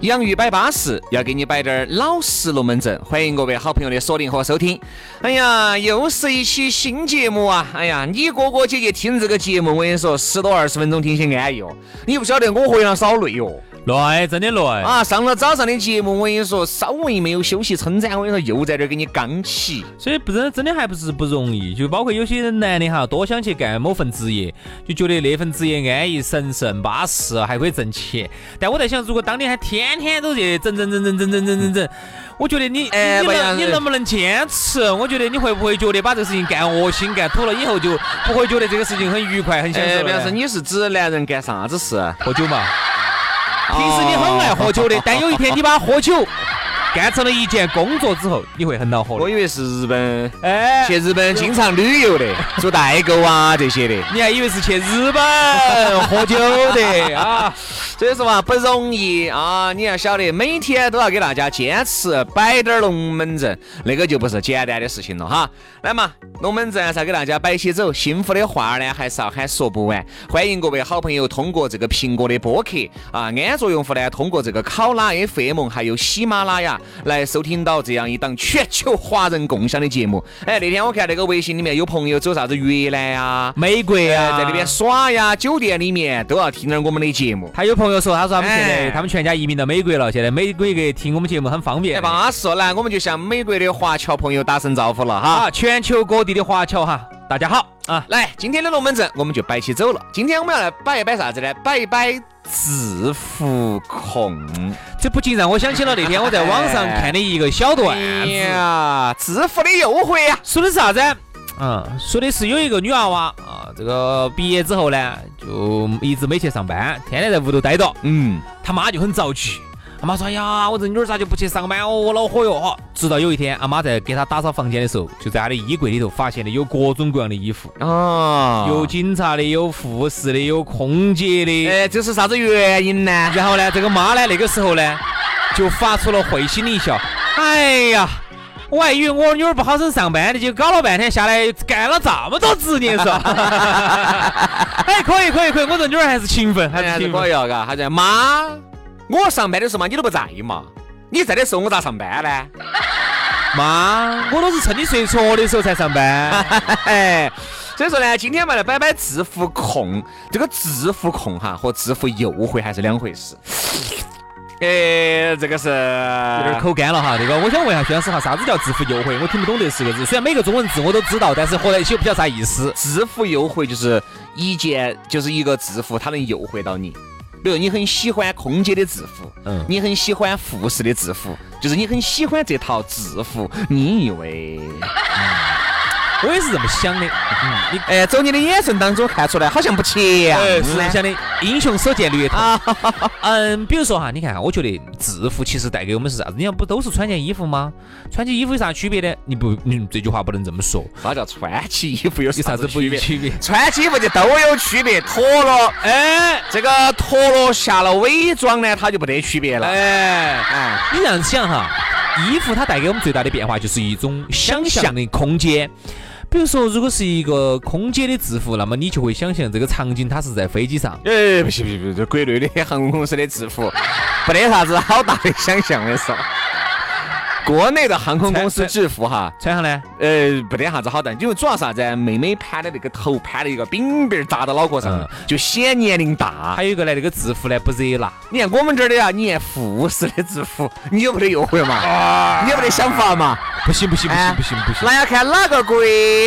洋芋摆巴适，要给你摆点儿老实龙门阵。欢迎各位好朋友的锁定和收听。哎呀，又是一期新节目啊！哎呀，你哥哥姐姐听这个节目，我跟你说，十多二十分钟听些安逸哦。你不晓得我和杨少累哦。累，真的累。啊，上了早上的节目，我跟你说，稍微没有休息称赞，我跟你说，又在这儿给你刚起。所以不真真的还不是不容易，就包括有些人男的哈，多想去干某份职业，就觉得那份职业安逸、神圣、巴适，还可以挣钱。但我在想，如果当年还天天都去整整整整整整整整整，我觉得你嗯哎你不要能你能不能坚持？我觉得你会不会觉得把这个事情干恶心、干吐了以后，就不会觉得这个事情很愉快、很享哎，受不要了说呢？你是指男人干啥子事？喝酒嘛，哦平时你很爱喝酒的，但有一天你把喝酒干成了一件工作之后，你会很恼火我的。以为是日本，哎去日本经常旅游的，做代购啊这些的。你还以为是去日本喝酒的 啊？所以说嘛，不容易啊！你要晓得，每天都要给大家坚持摆点儿龙门阵，那个就不是简单的事情了哈。来嘛，龙门阵还啊是要给大家摆起走，幸福的话呢，还是要喊说不完。欢迎各位好朋友通过这个苹果的播客啊，安卓用户呢，通过这个考拉 FM 还有喜马拉雅来收听到这样一档全球华人共享的节目。哎，那天我看那个微信里面有朋友走啥子越南呀、美国呀，在那边。耍呀，酒店里面都要听点儿我们的节目。他有朋友说，他说他们现在哎他们全家移民到美国了，现在美国一个听我们节目很方哎，便。巴适哦！来，我们就向美国的华侨朋友打声招呼了哈。啊，全球各地的华侨哈，大家好啊！来，今天的龙门阵我们就摆起走了。今天我们要来摆一摆啥子呢？摆一摆制服控。这不禁让我想起了那天我在网上看的一个小段哎子，呀，制服的啊诱惑呀！说的是啥子？嗯，说的是有一个女娃娃啊，这个毕业之后呢，就一直没去上班，天天在屋头待着。嗯，他妈就很着急。他妈说：“哎呀，我这女儿咋就不去上班哦？我恼火哟！”哈，直到有一天，阿妈在给她打扫房间的时候，就在她的衣柜里头发现了有各种各样的衣服，哦，有警察的，有护士的，有空姐的。哎，这是啥子原因呢？然后呢，这个妈呢，那个时候呢，就发出了会心的一笑：“哎呀，我还以为我女儿不好生上班的，结果搞了半天下来干了这么多职业 是吧？”哎，可以可以可以，我这女儿还是勤奋，还还是是勤可以奋。哦嘎，他在妈，我上班的时候嘛，你都不在嘛。你在的时候我咋上班呢？ 妈，我都是趁你睡着的时候才上班。哎， 所以说呢，今天我们来摆摆制服控，这个制服控哈和制服诱惑还是两回事。 哎，这个是有啊点口干了哈，这个我想问一下薛老师哈，啥子叫制服诱惑？我听不懂这四个字，虽然每个中文字我都知道，但是合在一起又不晓得啥意思。制服诱惑，就是一件就是一个制服，它能诱惑到你。比如你很喜欢空姐的制服，嗯你很喜欢护士的制服，就是你很喜欢这套制服，你以为？我也是这么想的，嗯，你嗯哎，从你的眼神当中看出来，好像不切呀、哎是这 么想的，英雄所见略同哎啊。嗯，比如说哈，你看，我觉得制服其实带给我们是啥子？你看，不都是穿件衣服吗？穿起衣服有啥区别呢？你不，你这句话不能这么说，那叫穿起衣服有有啥啥子子不区一别？区别？穿起衣服就都有区别，脱了，哎，这个脱了下了伪装呢，它就不得区别了。哎，哎，你这样想哈，衣服它带给我们最大的变化就是一种想象的空间。比如说，如果是一个空姐的制服，那么你就会想象这个场景它是在飞机上。哎，不行不行不行，这国内的航空公司的制服，不得啥子好大的想象的说。国内的航空公司制服哈，穿上呢，呃，不得啥子好的，因为主要啥子，妹妹盘的那个头盘的一个饼饼儿扎到脑壳上嗯，哎就显年龄大。还有一个呢，那个制服呢不热辣，你看我们这儿的啊，你看护士的制服，你有没得诱惑嘛？你有没得想法嘛？不行不行不行不行不行，那要看哪个国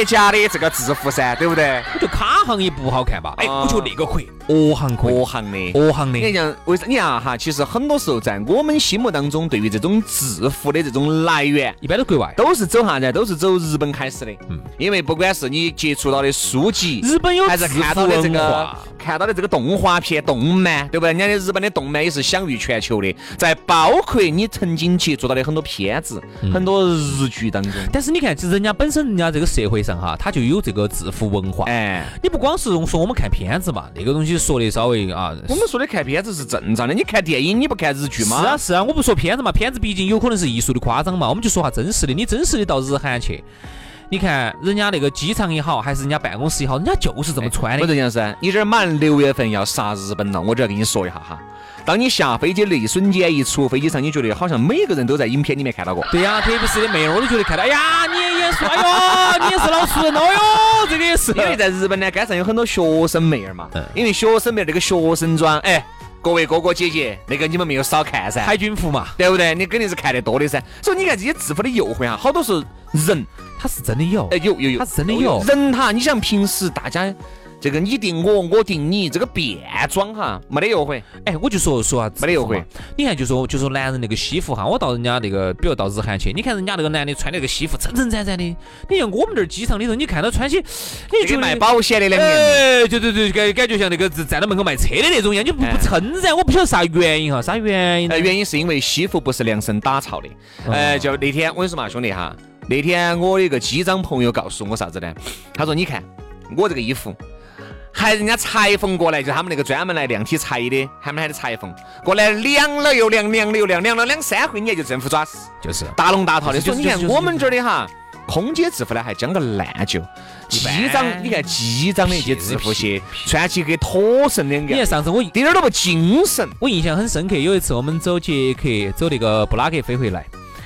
家的这个制服噻，对不对？我觉得卡行也不好看吧？哎，啊我觉得那个可以，俄行可以国，行的。俄行你看的，像为啥？你看啊哈，其实很多时候在我们心目当中，对于这种制服的这种来源，一般都国外。都是走啥子？都是走日本开始的。嗯因为不管是你接触到的书籍，日本有还是制看服到的这文个化，看到的这个动画片、动漫，对不对？人家的日本的动漫也是享誉全球的，在包括你曾经接触到的很多片子、嗯很多日剧当中，但是你看，其实人家本身人家这个社会上哈，他就有这个制服文化。哎。你不光是用说我们看片子嘛，那个东西说的稍微啊，我们说的看片子是正常的，你看电影你不看日剧是吗？啊是啊，我不说片子嘛，片子毕竟有可能是艺术的夸张嘛，我们就说下真实的。你真实的到日韩去，你看人家那个机场也好，还是人家办公室也好，人家就是这么穿我的。这样噻，哎你这儿马上六月份要杀日本了，我就要跟你说一下哈。当你下飞机的那一瞬间，一出飞机上，你觉得好像每个人都在影片里面看到 过。对呀、特别是的妹儿，我都觉得看到，哎呀，你也也 是，哎呦，你也是老熟人了，哎呦，这个也是因。为在日本呢，街上有很多学生妹儿嘛嗯，因为学生妹儿那个学生装，哎，各位哥哥姐姐，那个你们没有少看噻，海军服嘛，对不对？你肯定是看得多的噻。所以你看这些制服的诱惑啊，好多是人，他是真的有哎，，有有有，他真的有人他，你想平时大家这个你定我，我定你，这个变装哈，没得诱惑。哎，我就说说啊，没得优惠制服嘛。你看，就说就说男人那个西服哈，我到人家那个，比如到日韩去，你看人家那个男的穿那个西服，整整展展的。你像我们这儿机场的人，你看他穿起，你这就个卖。保险的两个人，哎，对对对，感感觉像那个站到门口卖车的那种一样，你不哎不称赞，我不晓得啥原因哈，啥原因呢呃，？原因是因为西服不是量身打造的。嗯哎，就那天我跟你说嘛，兄弟哈，那天我有一个机长朋友告诉我啥子呢？他说：“你看我这个衣服，还人家裁缝过来，就他们那个专门来量体裁的，他们喊的裁缝过来量了又量，量了又量，量了两三回，你看就政府抓死，就是大龙大套的。就所是以就是你看就是我们这儿的哈。”空姐制服呢，还将个烂旧。机长，你看机长的一些制服些，穿起跟土生两你看个，上次我一点儿都不精神。我印象很深刻，有一次我们走捷克，走那个布拉格飞回来，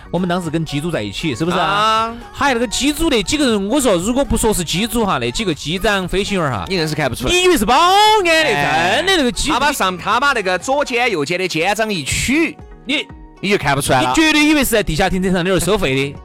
我们当时跟机组在一起，是不是啊？啊，还有那个机组那几个人，我说如果不说是机组哈，那几个机长、飞行员哈，你硬是看不出来。你以为是保安的，哎真的那个机他，把上他把那个左肩右肩的肩章一取，你你你就看不出来了。绝对以为是在地下停车场里头收费的。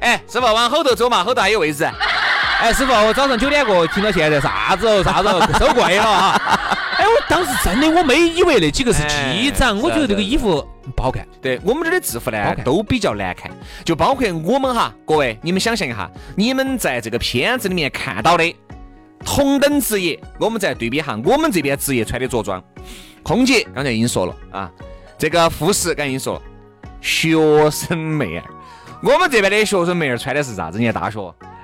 哎，师傅往后头走嘛，后头还有位置。 哎，师傅，我早上九点过听到现在，啥子哦，啥子哦，收贵 了哈。哎，我当时真的我没以为那几个是机长，哎我觉得这个是啊衣服不好看。对我们这儿的制服好呢，看都比较难看，就包括我们哈，各位，你们想象一下，你们在这个片子里面看到的同等职业，我们再对比哈，我们这边职业穿的着装，空姐刚才已经说了啊，这个护士刚才已经说了，学生妹儿，我们这边的学生妹儿穿的是啥子？你看大学、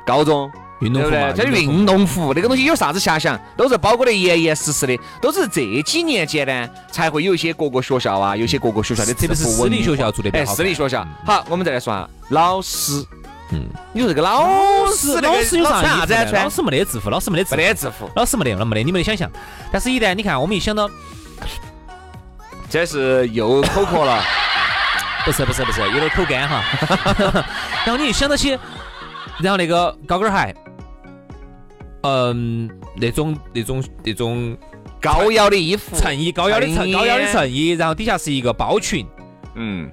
高中，运动对服不对嘛，？这运动服那个东西有啥子遐想，都是包裹得严严实实的，都是这几年间呢，才会有一些各个学校啊，有些各个学校的特别制是服私立文学化校做的比较哎，好看私立学校。好，我们再来说下啊老师。嗯嗯，你说这个老师那个，老师有啥穿啥子啊？衣服呢穿老师没得制服，老师没得制服没，得制服，老师没得，那没得，你没得想象。但是，一旦你看，我们一想到，这是又口渴 了。不是不是不是，有点口干哈。 然后你一想到起，然后那个高跟儿鞋，嗯，那种那种那种高腰的衣服，衬衣，高腰的衬衬衣高腰的衬衣，然后底下是一个包裙，嗯，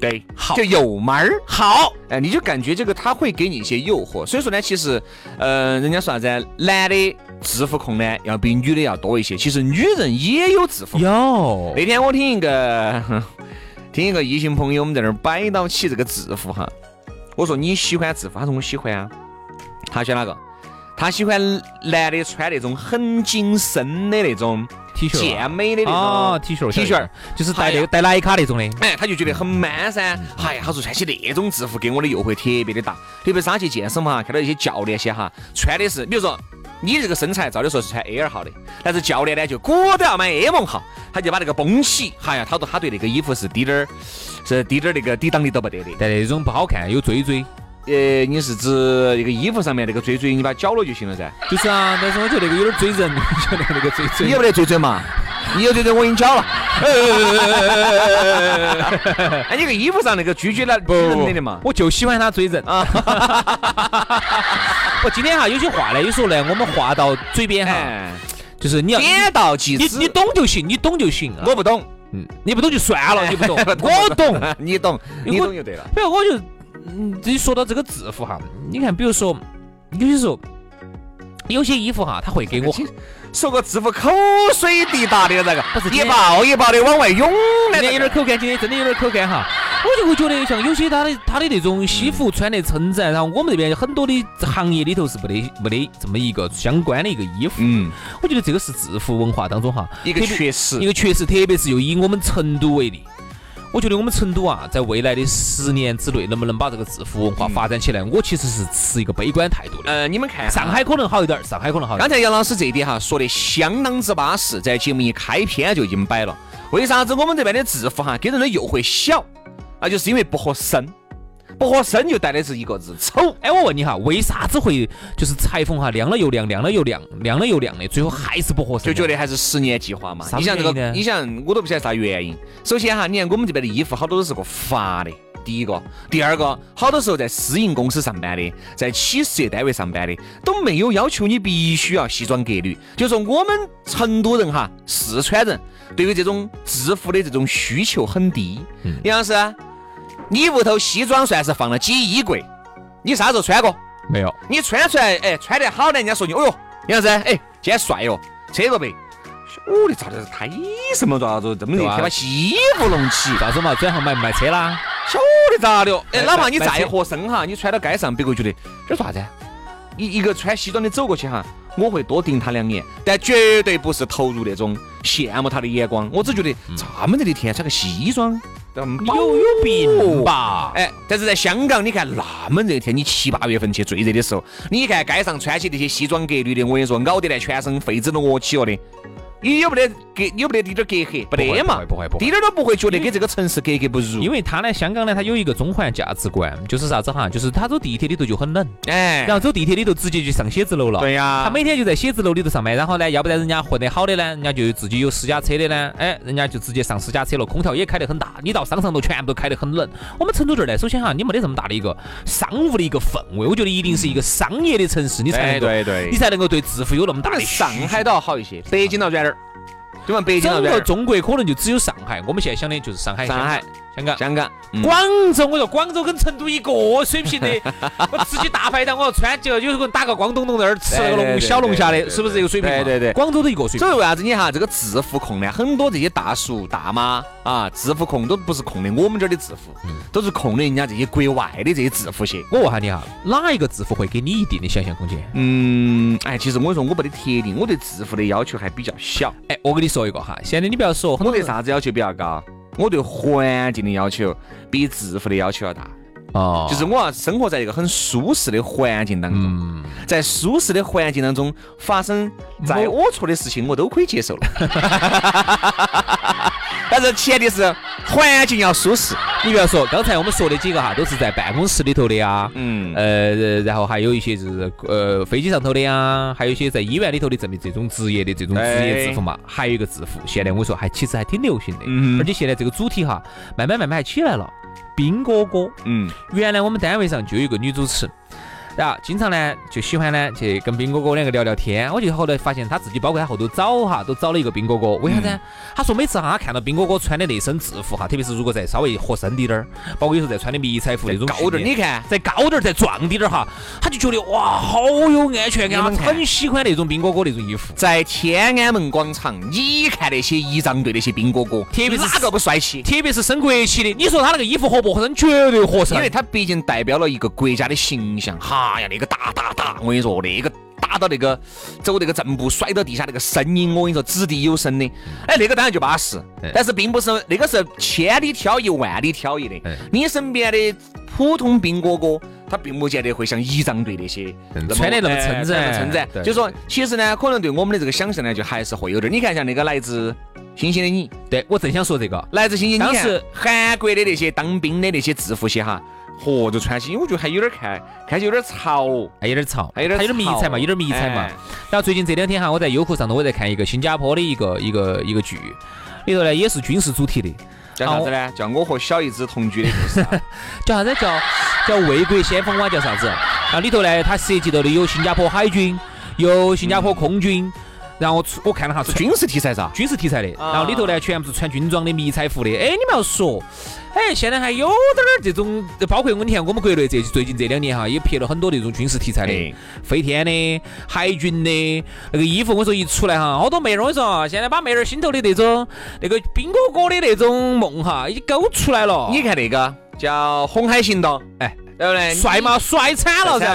对，好就有门儿。好，哎，你就感觉这个他会给你一些诱惑，所以说呢，其实，呃，人家说啥子，男的制服控呢要比女的要多一些，其实女人也有制服控。有那天我听一个， 哼听一个异性朋友，我们在那儿摆到起这个制服哈，我说你喜欢制服，他说我喜欢啊，他选哪个？他喜欢男的穿那种很紧身的那种 T 恤健美的那种啊，T 恤 T 恤，就是带哎那个呀带莱卡那种的，哎，他就觉得很 man 噻。哎呀，他说穿起那种制服给我的诱惑特别的大，特别是他去健身嘛，看到一些教练些哈，穿的是，比如说你这个身材，照理说是穿 L 号的，但是教练呢就鼓都要买 M 号，他就把那个绷起。哎呀，他说他对那个衣服是滴点儿，是滴点儿那个抵挡力都不得的。但那种不好看，有锥锥。呃，你是指那个衣服上面那个锥锥，你把它绞了就行了噻。就是啊， 但是我觉得那个有点追人， 我觉得那个追你追有没得锥锥嘛？你有锥锥，我已经绞了。 哎，你个衣服上那个锥锥呢，不的嘛。我就喜欢他追人 啊！我今天哈有些话呢，有时候呢，我们话到嘴边哈，哎，就是你要你点到即你止。你懂就行，你懂就行啊。我不懂，，嗯，你不懂就算了，你不懂哎我懂。 你懂，因你为我懂就对了。比如我就，嗯，这说到这个制服哈，你看，比如说有些时候有些衣服哈，他会给我，哎说个制服口水滴答的那个，不是一爆一爆的往外涌 的今天那有个点。口干，今天真的有点口干哈。我就会觉得像有些他的他的那种西服穿得撑展，然后我们这边很多的行业里头是没得没得这么一个相关的一个衣服。嗯，我觉得这个是制服文化当中哈一个特别缺失一。个缺失，特别是又以我们成都为例，我觉得我们成都啊，在未来的十年之内，能不能把这个制服文嗯化发展起来，我其实是持一个悲观态度的。呃，你们看哈上海可能好一点儿，上海可能好一点刚儿。才杨老师这一点哈说的相当之巴适，在节目一开篇就已经摆了。为啥子我们这边的制服哈给人的诱惑小？那啊就是因为不合身，不合身就带的是一个字丑。哎，我问你哈，为啥子会就是裁缝哈晾了又晾，晾了又晾，晾了又晾的，最后还是不合适就呢？觉得还是十年计划嘛。啥你子想这个原因，呢你想我都不晓得啥原因。首先哈，你看我们这边的衣服好多都是个发的，第一个，第二个，好多时候在私营公司上班的，在企事业单位上班的，都没有要求你必须要西装革履。就说我们成都人哈，四川人对于这种制服的这种需求很低。嗯杨老师，啊你屋头西装算是放了几衣柜？你啥时候穿过？没有，你穿出来，哎，穿得好的，人家说你，哦哟，杨子，哎，今天帅哟，车个呗。我的咋的，他什么咋子这么厉害，对吧啊把西服弄起，啥子嘛？转行买不卖车啦？晓得咋的哟？哎，买哪怕你买再车合身哈，你穿到街上，别个觉得这是啥子啊？一一个穿西装的走过去哈，我会多盯他两眼，但绝对不是投入那种羡慕他的眼光，我只觉得嗯这么热的天穿个西装，啊有有有病吧？哎，但是在香港，你看那么热天，你七八月份去最热的时候，你看街上穿起那些西装革履的，我跟你说，咬得来全身痱子都窝起了哦的。你有没得隔，有没得滴点儿隔阂？不得嘛，不会不会不会滴点儿都不会觉得跟这个城市格格不入。因为为他呢，香港呢，他有一个中环价值观，就是啥子哈，就是他走地铁里头就很冷，哎然，后走地铁里头直接就上写字楼了。对呀他每天就在写字楼里头上班，然后呢，要不然人家混得好的呢，人家就自己有私家车的呢，哎，人家就直接上私家车了，空调也开得很大，你到商场头全部都开得很冷。我们成都这儿呢，首先哈，你没得这么大的一个商务的一个氛围，我觉得一定是一个商业的城市，你才能够，对对你才能哎够对制服有那么大的需上海倒好一些，北京倒软点儿，对吧？北京倒整软个点中国可能就只有上海，我们现在想的就是上海、儿，上海、香港、香港，嗯广州。我说广州跟成都一个水平的， 我吃起大排档，我要穿就有个人打个光东东在那儿吃那对个对龙对小龙虾对对的，对是不是这个水平嘛？对对对广州都一个水平 所。以为啥子你哈这个制服控呢？很多这些大叔大妈啊，制服控都不是控的我们这儿的制服，都是控的人家这些国外的这些制服些。我问下你哈，哪一个制服会给你一定的想象空 间？嗯，哎，其实我跟你说，我没得铁定，我对制服的要求还比较小。哎，我跟你说一个哈，现在你不要说，很我多对人啥子要求比较高？我对环境的要求比制服的要求要大，哦，就是我要生活在一个很舒适的环境当中，嗯，在舒适的环境当中发生再龌龊的事情，我都可以接受了。 但是前提是环境要舒适。你不要说，刚才我们说的几个哈，都是在办公室里头的呀，嗯呃，然后还有一些就是呃飞机上头的呀，还有一些在医院里头的这么这种职业的这种职业制服嘛，还有一个制服，现在我说还其实还挺流行的，哎嗯而且现在这个主题哈，慢慢慢慢还起来了。兵哥哥，嗯，原来我们单位上就有一个女主持，啊，经常呢就喜欢呢去跟兵哥哥两个聊聊天。我就后来发现她自己，包括她后头找哈，都找了一个兵哥哥。为啥子嗯呢？她说每次哈她看到兵哥哥穿的那身制服哈，特别是如果再稍微合身滴点儿，包括有时候再穿的迷彩服那种高点儿，训练你看，再高点儿、再壮滴点儿哈，他就觉得哇，好有安全感啊，你们看很喜欢那种兵哥哥那种衣服，在天安门广场，你看那些仪仗队那些兵哥哥，别是哪个不帅气？特别是升国旗的，你说他那个衣服合不合身？绝对合身因。为它毕竟代表了一个国家的形象。哈呀，那个打打打，我跟你说，那个打到那个走那个正步摔到地下那个声音，我跟你说掷地有声的。哎，那个当然就巴适嗯，但是并不是那个是千里挑一、万里挑一的嗯。你身边的普通兵哥哥。他并不见得会像仪仗队那些嗯那穿得那么撑展哎穿得那么撑展。对就说，其实呢，可能对我们的这个想象呢，就还是会有点。你看，像那个来自星星的你，对我正想说这个，来自星星，你当看时韩国的那些当兵的那些制服些哈，嚯，就穿起，我觉得还有点看，看起有点潮。还有点潮，还有点它有点迷彩嘛，潮有点迷彩嘛。哎然后最近这两天哈，我在优酷上头，我在看一个新加坡的一个一个一个剧，里头呢也是军事主题的，叫啥子呢？哦叫我和小姨子同居的故事啊。叫啥子？叫叫卫国先锋哇，叫啥子？然后里头呢，它涉及到的有新加坡海军，有新加坡空军，然后我出我看了哈，穿军事题材噻，军事题材的，啊然后里头呢全部是穿军装的、迷彩服的。哎，你们要说，哎，现在还有点儿这种，包括我你看我们国内这最近这两年哈，也拍了很多这种军事题材哎的，飞天的、海军的，那个衣服我说一出来哈，哦好多妹儿，我跟你说现在把妹儿心头的那种那个兵哥哥的那种梦哈，已经勾出来了。你看那个叫《红海行动》，哎，对不对？帅嘛，帅惨了帅惨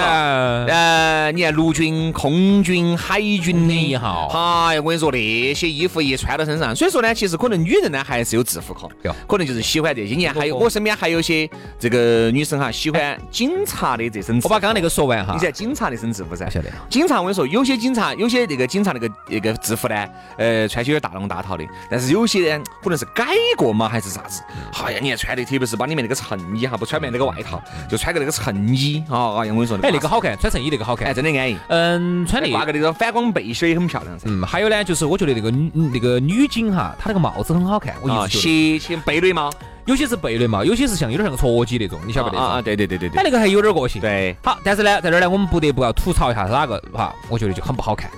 噻！呃，你看陆军、空军、海军一的，号哎呀，我跟你说，那些衣服一穿到身上，所以说呢，其实可能女人呢还是有制服控有，可能就是喜欢这些。你看，还有我我身边还有些这个女生哈，喜欢警察的这身制服。我把刚刚那个说完哈你，在警察那身制服噻啊不晓得。啊警察，我跟你说，有些警察，有些那个警察那个那个制服呢，呃，穿起有点大龙大套的，但是有些呢，可能是改过嘛，还是啥子？嗯哎呀，你看穿的，特别是把里面那个衬衣哈，不穿面那个外套，就穿个那个衬衣啊，哎呀，我跟你说，嗯哎，那个好看，穿衬衣那个好哎，看，真的安逸。嗯，穿那挂个那种反光背心儿也很漂亮噻。嗯，还有呢，就是我觉得那个女嗯那个女警哈，她那个帽子很好看，我啊，一直觉斜得，斜背的吗？有些是贝类帽，有些是像有点像个撮箕那种，你晓不得啊啊，那啊种？对对对对对哎，那个还有点个性。对，好，但是呢，在这儿呢，我们不得不要吐槽一下是哪个哈，我觉得就很不好看。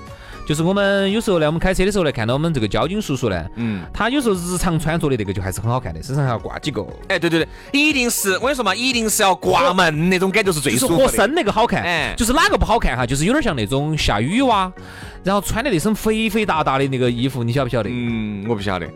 就是我们有时候呢，我们开车的时候呢，看到我们这个交警叔叔呢，嗯。他有时候日常穿着的那个就还是很好看的，身上还要挂几个，哎，对对对，一定是我跟你说嘛，一定是要挂门那种感觉是最就是舒服合的。身那个好看。哎，就是哪个不好看哈，就是有点像那种下雨哇，然后穿的那身肥肥大大的那个衣服，你晓不晓得？嗯，我不晓得，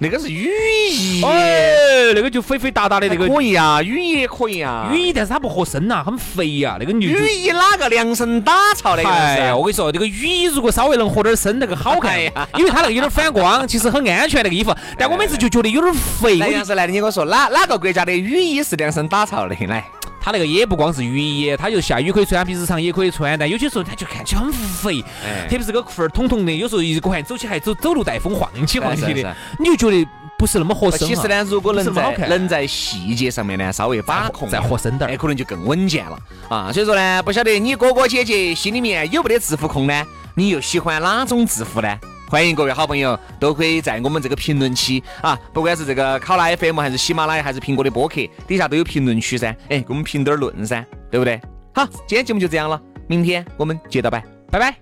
那个是雨衣，哎，那个就肥肥大大的那那个嗯个可以啊，雨衣也可以啊，雨衣，但是它不合身呐、很肥呀、那个女雨的。衣哪个量身打造那个哎呀，是？啊我跟你说，这个雨衣如果稍微能合点身，那个好看哎呀，因为它那个有点反光，其实很安全那个衣服。但我每次就觉得有点肥，来，我杨就师，来，你跟我说哪哪个国家的雨衣是量身打造的？来，它那个也不光是雨衣，它就下雨可以穿，它平时日常也可以穿，但有些时候它就看起来很肥，哎特别是个裤儿筒筒的，有时候一个还走起还走走路带风，晃起晃是起是的哎是，你就觉得不是那么合身啊其哈实呢，如果不能是那么好在看能在细节上面呢稍微把控一再下合身点哎，儿。可能就更稳健了啊。所以说呢，不晓得你哥哥姐姐心里面有没得制服控呢？你又喜欢哪种制服呢？欢迎各位好朋友都可以在我们这个评论区啊，不管是这个考拉 FM 还是喜马拉雅还是苹果的播客底下都有评论区噻，哎，给我们评点儿论噻，对不对？好，今天节目就这样了，明天我们接着摆，拜拜。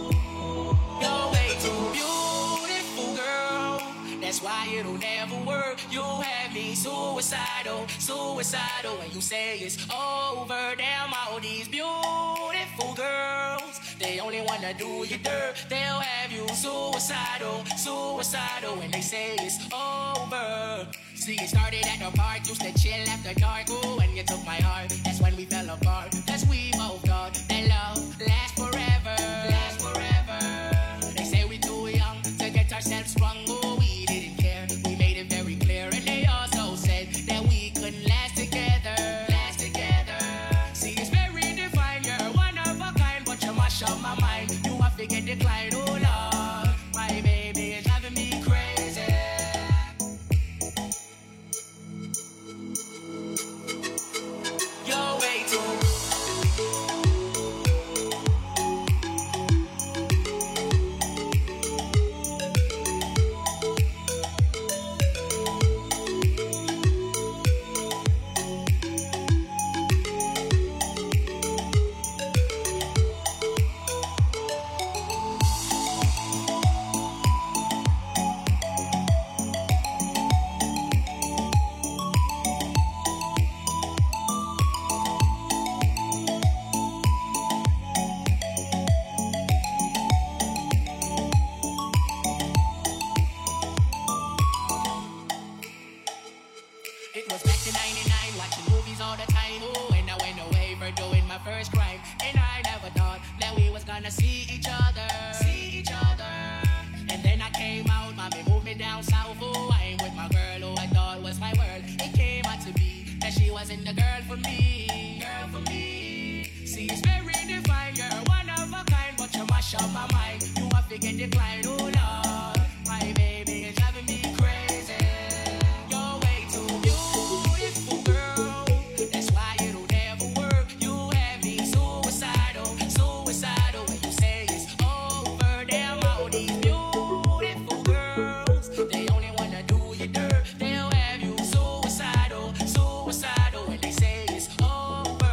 You're way too beautiful, girl. That's why it'll never work. You have me suicidal, suicidal. When you say it's over, damn, all these beautiful girls. They only wanna do you dirt. They'll have you suicidal, suicidal. When they say it's over. See, it started at the park, used to chill after dark. Ooh, and you took my heart. That's when we fell apart. Cause we both thought that love lasts forever. Lasts forever. They say we too young to get ourselves sprung. Ooh, we didn't care. We made it very clear. And they also said that we couldn't last together. Last together. See, it's very divine. You're one of a kind, but you mash up my mind. You have to get declined. Oh, Lord. My baby is driving me crazy. You're way too. wasn't the girl for me. Girl for me. See, it's very divine, girl, one of a kind, but you mash up my mind. You have to get declined, oh Lord. My baby is driving me crazy. You're way too beautiful, girl. That's why it don't ever work. You have me suicidal, suicidal. When you say it's over, damn all these beautiful girls, they only wanna do you dirt. They'll have you suicidal, suicidal. When they say it's over.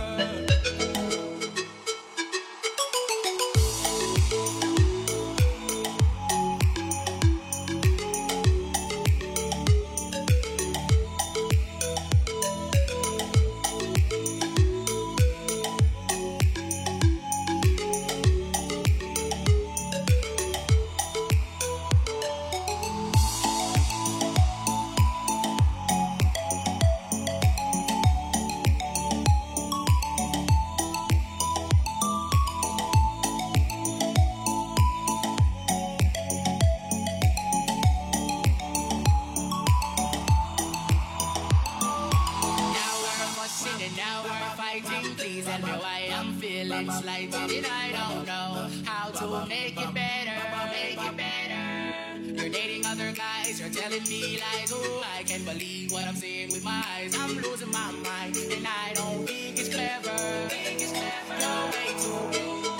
Now we're fussing and now we're fighting. Please help me why I'm feeling slighted and I don't know how to make it better. Make it better. You're dating other guys, you're telling me lies. Oh, I can't believe what I'm seeing with my eyes. I'm losing my mind and I don't think it's clever. Think it's clever. You're way too